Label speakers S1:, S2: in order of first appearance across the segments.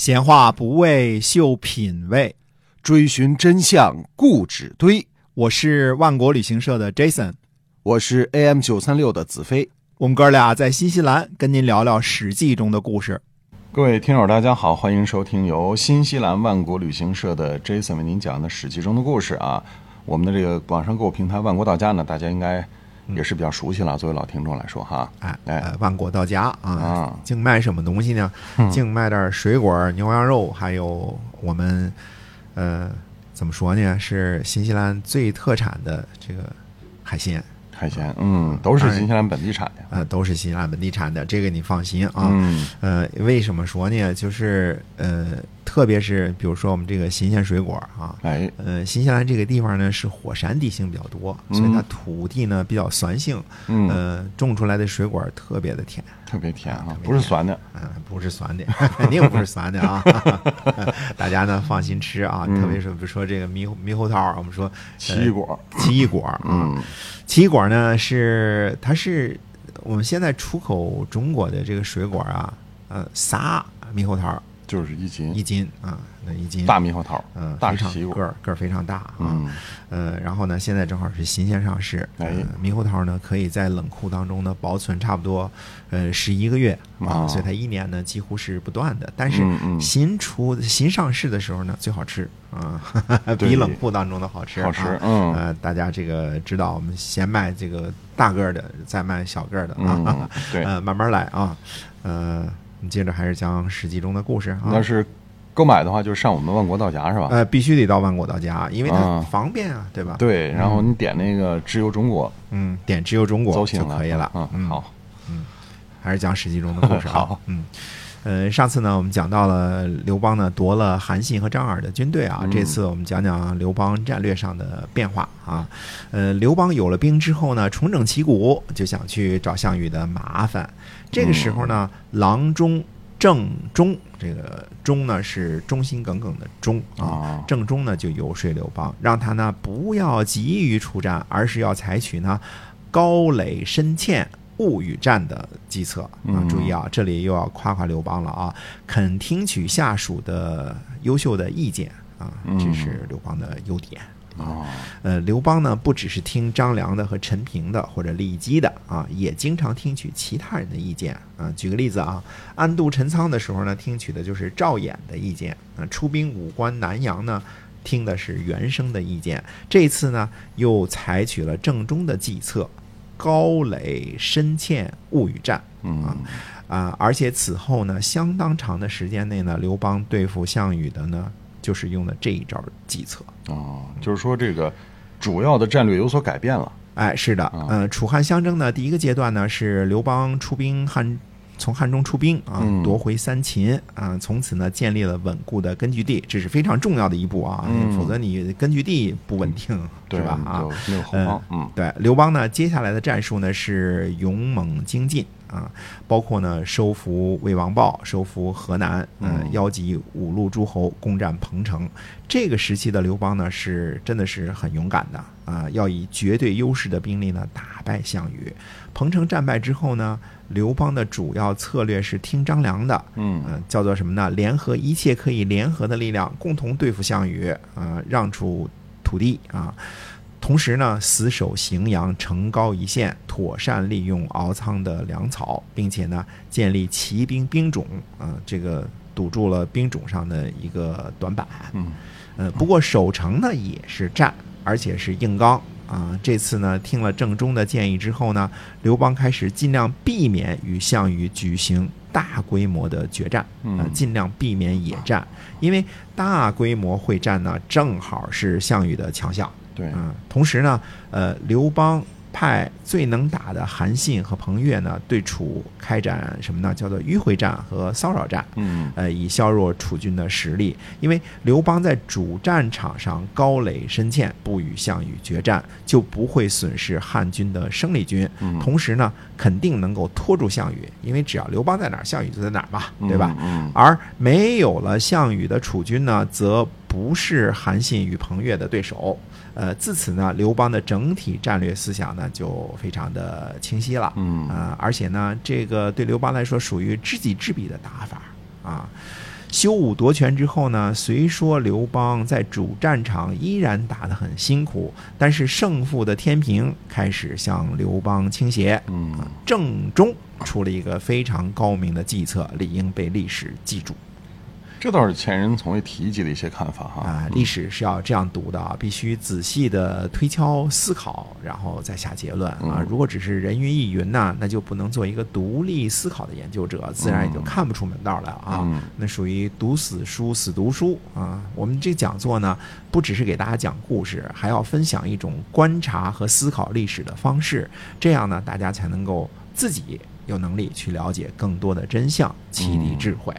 S1: 闲话不为秀品味，
S2: 追寻真相故纸堆。
S1: 我是万国旅行社的 Jason，
S2: 我是 AM 九三六的子飞。
S1: 我们哥俩在新西兰跟您聊聊《史记》中的故事。
S2: 各位听友，大家好，欢迎收听由新西兰万国旅行社的 Jason 为您讲的《史记》中的故事啊。我们的这个网上购物平台万国到家呢，大家应该也是比较熟悉了，作为老听众来说哈。
S1: 哎
S2: 哎，
S1: 呃，万国到家啊
S2: 啊，嗯
S1: 净卖什么东西呢？净卖点水果、牛羊肉，还有我们呃怎么说呢？是新西兰最特产的这个海鲜，
S2: 海鲜，嗯，都是新西兰本地产的。
S1: 呃，都是新西兰本地产的，这个你放心啊。
S2: 嗯
S1: 呃，为什么说呢？就是呃，特别是比如说我们这个新鲜水果啊，
S2: 哎，
S1: 呃，新西兰这个地方呢是火山地形比较多，所以它土地呢比较酸性，
S2: 嗯
S1: 呃，种出来的水果特别的甜，
S2: 特别甜
S1: 特
S2: 啊
S1: 别，
S2: 不是酸的。
S1: 嗯、不是 酸的，肯定不是酸的啊， 大家呢放心吃啊，特别是比如说这个猕猴猕猴桃啊，我们说
S2: 嗯奇异果，
S1: 奇异果啊，
S2: 嗯
S1: 奇异果呢是它是我们现在出口中国的这个水果啊，呃，仨猕猴桃
S2: 就是一斤
S1: 一斤啊，那一斤
S2: 大猕猴桃
S1: 嗯，，
S2: 大
S1: 非常
S2: 奇异
S1: 个
S2: 果，
S1: 儿个儿非常大啊。
S2: 嗯
S1: 呃，然后呢，现在正好是新鲜上市。
S2: 哎
S1: 呃猕猴桃呢，可以在冷库当中呢保存差不多呃十一个月啊，
S2: 啊
S1: 所以它一年呢几乎是不断的。但是
S2: 嗯嗯
S1: 新出新上市的时候呢最好吃啊， 比
S2: 对
S1: 冷库当中的好吃。
S2: 好吃
S1: 啊
S2: 嗯
S1: 呃，大家这个知道，我们先卖这个大个儿的，再卖小个儿的啊。
S2: 嗯，对。
S1: 呃，慢慢来啊。呃，你接着还是讲《史记》中的故事啊。
S2: 要是购买的话，就是上我们万国到家是吧？
S1: 呃，必须得到万国到家，因为它
S2: 啊
S1: 方便啊，对吧？，
S2: 对，然后你点那个直邮中国
S1: 嗯，点只有中国
S2: 走
S1: 就
S2: 醒
S1: 可以了
S2: 了。。嗯，
S1: 嗯，，
S2: 好，
S1: 还是讲《史记》中的故事、啊。
S2: 好，
S1: 嗯。呃，上次呢，我们讲到了刘邦呢夺了韩信和张耳的军队啊，
S2: 嗯
S1: 这次我们讲讲刘邦战略上的变化啊。呃，刘邦有了兵之后呢，重整旗鼓，就想去找项羽的麻烦。这个时候呢，
S2: 嗯
S1: 郎中郑忠，这个忠呢是忠心耿耿的忠啊
S2: 啊，
S1: 郑忠呢就游说刘邦，让他呢不要急于出战，而是要采取呢高垒深堑。物与战的计策啊，
S2: 嗯
S1: 注意啊，这里又要夸夸刘邦了啊，肯听取下属的优秀的意见啊，这是刘邦的优点。
S2: 哦，
S1: 呃，刘邦呢，不只是听张良的和陈平的或者李基的啊，也经常听取其他人的意见啊。举个例子啊，安度陈仓的时候呢，听取的就是赵衍的意见啊；出兵武关南阳呢，听的是袁生的意见。这次呢，又采取了郑中的计策，高垒深堑，勿与战。
S2: 嗯，
S1: 啊，而且此后呢，相当长的时间内呢，刘邦对付项羽的呢，就是用的这一招计策。
S2: 哦，就是说这个主要的战略有所改变了。
S1: 哎，是的，
S2: 啊
S1: 呃，楚汉相争呢，第一个阶段呢是刘邦出兵汉，从汉中出兵啊，
S2: 嗯
S1: 夺回三秦啊，从此呢建立了稳固的根据地，这是非常重要的一步啊，
S2: 嗯
S1: 否则你根据地不稳定，
S2: 对
S1: 是吧？啊，
S2: 就没有后方，嗯，
S1: 对，刘邦呢，接下来的战术呢是勇猛精进啊，包括呢收服魏王豹，收服河南，嗯、
S2: 嗯
S1: 邀集五路诸侯攻占彭城。这个时期的刘邦呢，是真的是很勇敢的啊，要以绝对优势的兵力呢打败项羽。彭城战败之后呢，刘邦的主要策略是听张良的，
S2: 嗯
S1: 呃叫做什么呢？联合一切可以联合的力量，共同对付项羽，啊，让出土地啊。同时呢，死守荥阳，城高一线，妥善利用敖仓的粮草，并且呢，建立骑兵兵种，啊、这个堵住了兵种上的一个短板。
S2: 嗯，
S1: 呃，不过守城呢也是战，而且是硬刚啊、这次呢，听了郑忠的建议之后呢，刘邦开始尽量避免与项羽举行大规模的决战，啊、
S2: 嗯
S1: 尽量避免野战，因为大规模会战呢，正好是项羽的强项。
S2: 对，
S1: 嗯，同时呢，呃，刘邦派最能打的韩信和彭越呢，对楚开展什么呢？叫做迂回战和骚扰战。
S2: 嗯，
S1: 呃，以削弱楚军的实力。因为刘邦在主战场上高垒深堑，不与项羽决战，就不会损失汉军的生力军。
S2: 嗯
S1: 同时呢，肯定能够拖住项羽，因为只要刘邦在哪儿，项羽就在哪儿嘛，对吧？
S2: 嗯，
S1: 而没有了项羽的楚军呢，则不是韩信与彭越的对手。呃，自此呢，刘邦的整体战略思想呢就非常的清晰了。
S2: 嗯，
S1: 啊、而且呢，这个对刘邦来说属于知己知彼的打法啊。修武夺权之后呢，虽说刘邦在主战场依然打得很辛苦，但是胜负的天平开始向刘邦倾斜。
S2: 嗯，
S1: 郑忠出了一个非常高明的计策，理应被历史记住。
S2: 这倒是前人从未提及的一些看法哈。嗯
S1: 啊，历史是要这样读的啊，必须仔细的推敲、思考，然后再下结论啊
S2: 嗯。
S1: 如果只是人云亦云呐，那就不能做一个独立思考的研究者，自然也就看不出门道来啊
S2: 嗯。
S1: 那属于读死书、死读书啊。我们这讲座呢，不只是给大家讲故事，还要分享一种观察和思考历史的方式，这样呢，大家才能够自己有能力去了解更多的真相，启
S2: 嗯
S1: 迪智慧。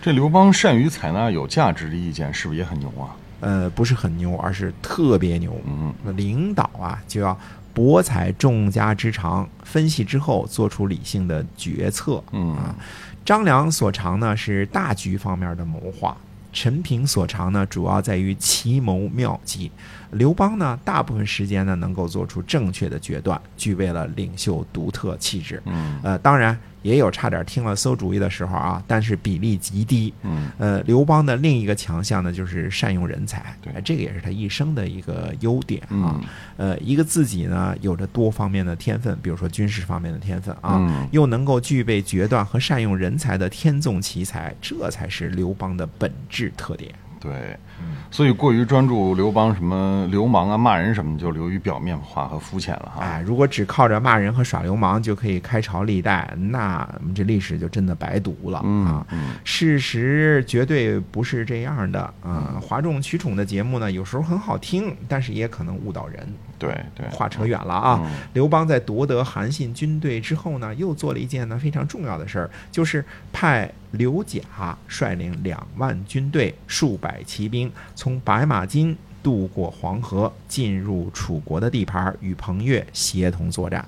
S2: 这刘邦善于采纳有价值的意见，是不是也很牛啊？
S1: 呃，不是很牛，而是特别牛。
S2: 嗯，
S1: 那领导啊就要博采众家之长，分析之后做出理性的决策。
S2: 嗯
S1: 啊，张良所长呢是大局方面的谋划。陈平所长呢，主要在于奇谋妙计；刘邦呢，大部分时间呢能够做出正确的决断，具备了领袖独特气质。
S2: 嗯
S1: 呃，当然也有差点听了馊主意的时候啊，但是比例极低。
S2: 嗯
S1: 呃，刘邦的另一个强项呢，就是善用人才，
S2: 对
S1: 哎这个也是他一生的一个优点啊。
S2: 嗯
S1: 呃，一个自己呢有着多方面的天分，比如说军事方面的天分啊，
S2: 嗯
S1: 又能够具备决断和善用人才的天纵奇才，这才是刘邦的本质特点。
S2: 对，
S1: 嗯
S2: 所以过于专注刘邦什么流氓啊、骂人什么，就流于表面化和肤浅了哈。
S1: 哎，如果只靠着骂人和耍流氓就可以开朝历代，那我们这历史就真的白读了
S2: 嗯
S1: 啊！事实绝对不是这样的啊！哗众取宠的节目呢，有时候很好听，但是也可能误导人。
S2: 对对，
S1: 话扯远了啊！刘邦在夺得韩信军队之后呢，又做了一件呢非常重要的事儿，就是派刘贾率领两万军队、数百骑兵，从白马津渡过黄河，进入楚国的地盘，与彭越协同作战。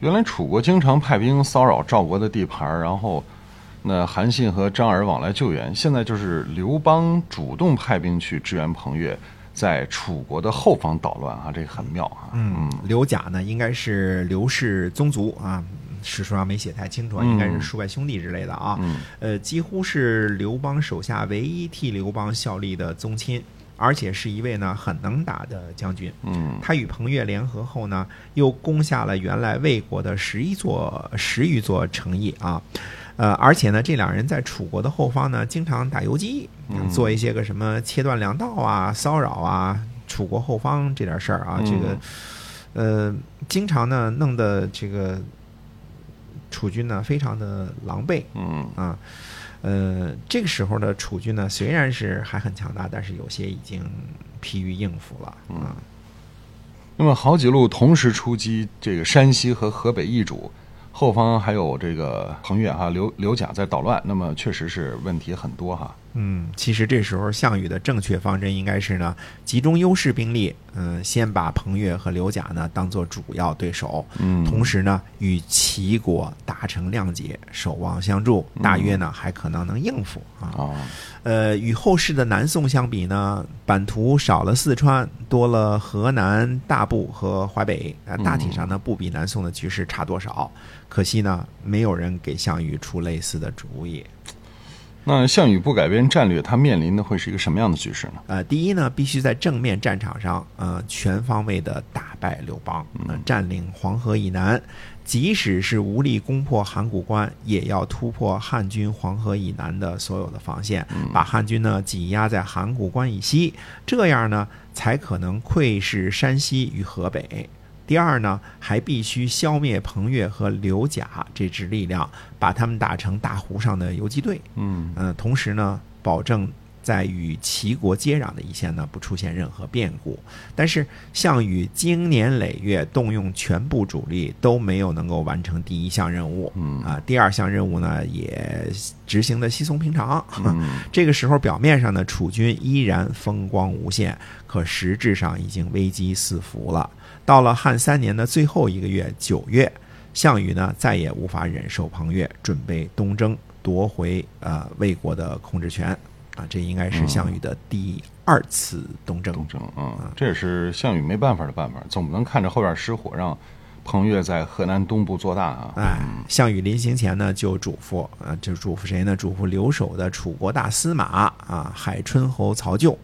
S2: 原来楚国经常派兵骚扰赵国的地盘儿，然后那韩信和张耳往来救援。现在就是刘邦主动派兵去支援彭越，在楚国的后方捣乱啊，这个很妙啊。
S1: 嗯，刘贾呢应该是刘氏宗族啊，史书上没写太清楚啊，应该是叔外兄弟之类的啊。
S2: 嗯
S1: 呃，几乎是刘邦手下唯一替刘邦效力的宗亲，而且是一位呢很能打的将军。
S2: 嗯
S1: 他与彭越联合后呢，又攻下了原来魏国的十一座、十余座城邑啊。呃，而且呢，这两人在楚国的后方呢，经常打游击，做一些个什么切断粮道啊、骚扰啊，楚国后方这点事儿啊，这个呃，经常呢弄得这个楚军呢非常的狼狈
S2: 嗯
S1: 啊。呃，这个时候的楚军呢，虽然是还很强大，但是有些已经疲于应付了啊。
S2: 那么好几路同时出击这个山西和河北易主，后方还有这个彭越哈、刘刘贾在捣乱，那么确实是问题很多哈。
S1: 嗯，其实这时候项羽的正确方针应该是呢，集中优势兵力，嗯、先把彭越和刘贾呢当做主要对手，
S2: 嗯
S1: 同时呢与齐国达成谅解，守望相助，大约呢还可能能应付啊。
S2: 啊，
S1: 呃，与后世的南宋相比呢，版图少了四川，多了河南大部和淮北，呃，大体上呢不比南宋的局势差多少。可惜呢，没有人给项羽出类似的主意。
S2: 那项羽不改变战略，他面临的会是一个什么样的局势呢？
S1: 呃，第一呢，必须在正面战场上，呃，全方位的打败刘邦，呃，占领黄河以南。即使是无力攻破函谷关，也要突破汉军黄河以南的所有的防线，把汉军呢挤压在函谷关以西，这样呢才可能窥视山西与河北。第二呢，还必须消灭彭越和刘贾这支力量，把他们打成大湖上的游击队。
S2: 嗯
S1: 嗯，同时呢，保证在与齐国接壤的一线呢不出现任何变故。但是项羽经年累月动用全部主力都没有能够完成第一项任务，
S2: 嗯
S1: 啊，第二项任务呢也执行的稀松平常。
S2: 嗯
S1: 这个时候，表面上呢，楚军依然风光无限，可实质上已经危机四伏了。到了汉三年的最后一个月，九月，项羽呢再也无法忍受彭越，准备东征，夺回呃魏国的控制权。啊，这应该是项羽的第二次东征。
S2: 嗯东征，嗯，这也是项羽没办法的办法，总不能看着后边失火，让彭越在河南东部做大啊。
S1: 哎，项羽临行前呢，就嘱咐啊，就嘱咐谁呢？嘱咐留守的楚国大司马啊，海春侯曹咎。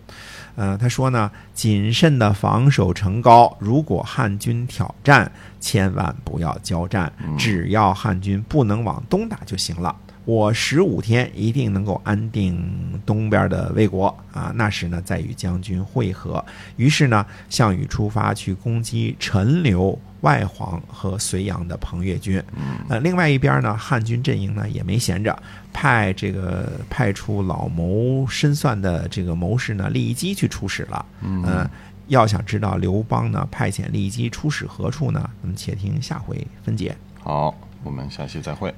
S1: 呃，他说呢，谨慎的防守城高，如果汉军挑战，千万不要交战，只要汉军不能往东打就行了。我十五天一定能够安定东边的魏国啊！那时呢，再与将军会合。于是呢，项羽出发去攻击陈留、外黄和隋阳的彭越军。呃，另外一边呢，汉军阵营呢也没闲着，派这个派出老谋深算的这个谋士呢利益基去出使了。嗯、要想知道刘邦呢派遣利益基出使何处呢？那么且听下回分解。
S2: 好，我们下期再会。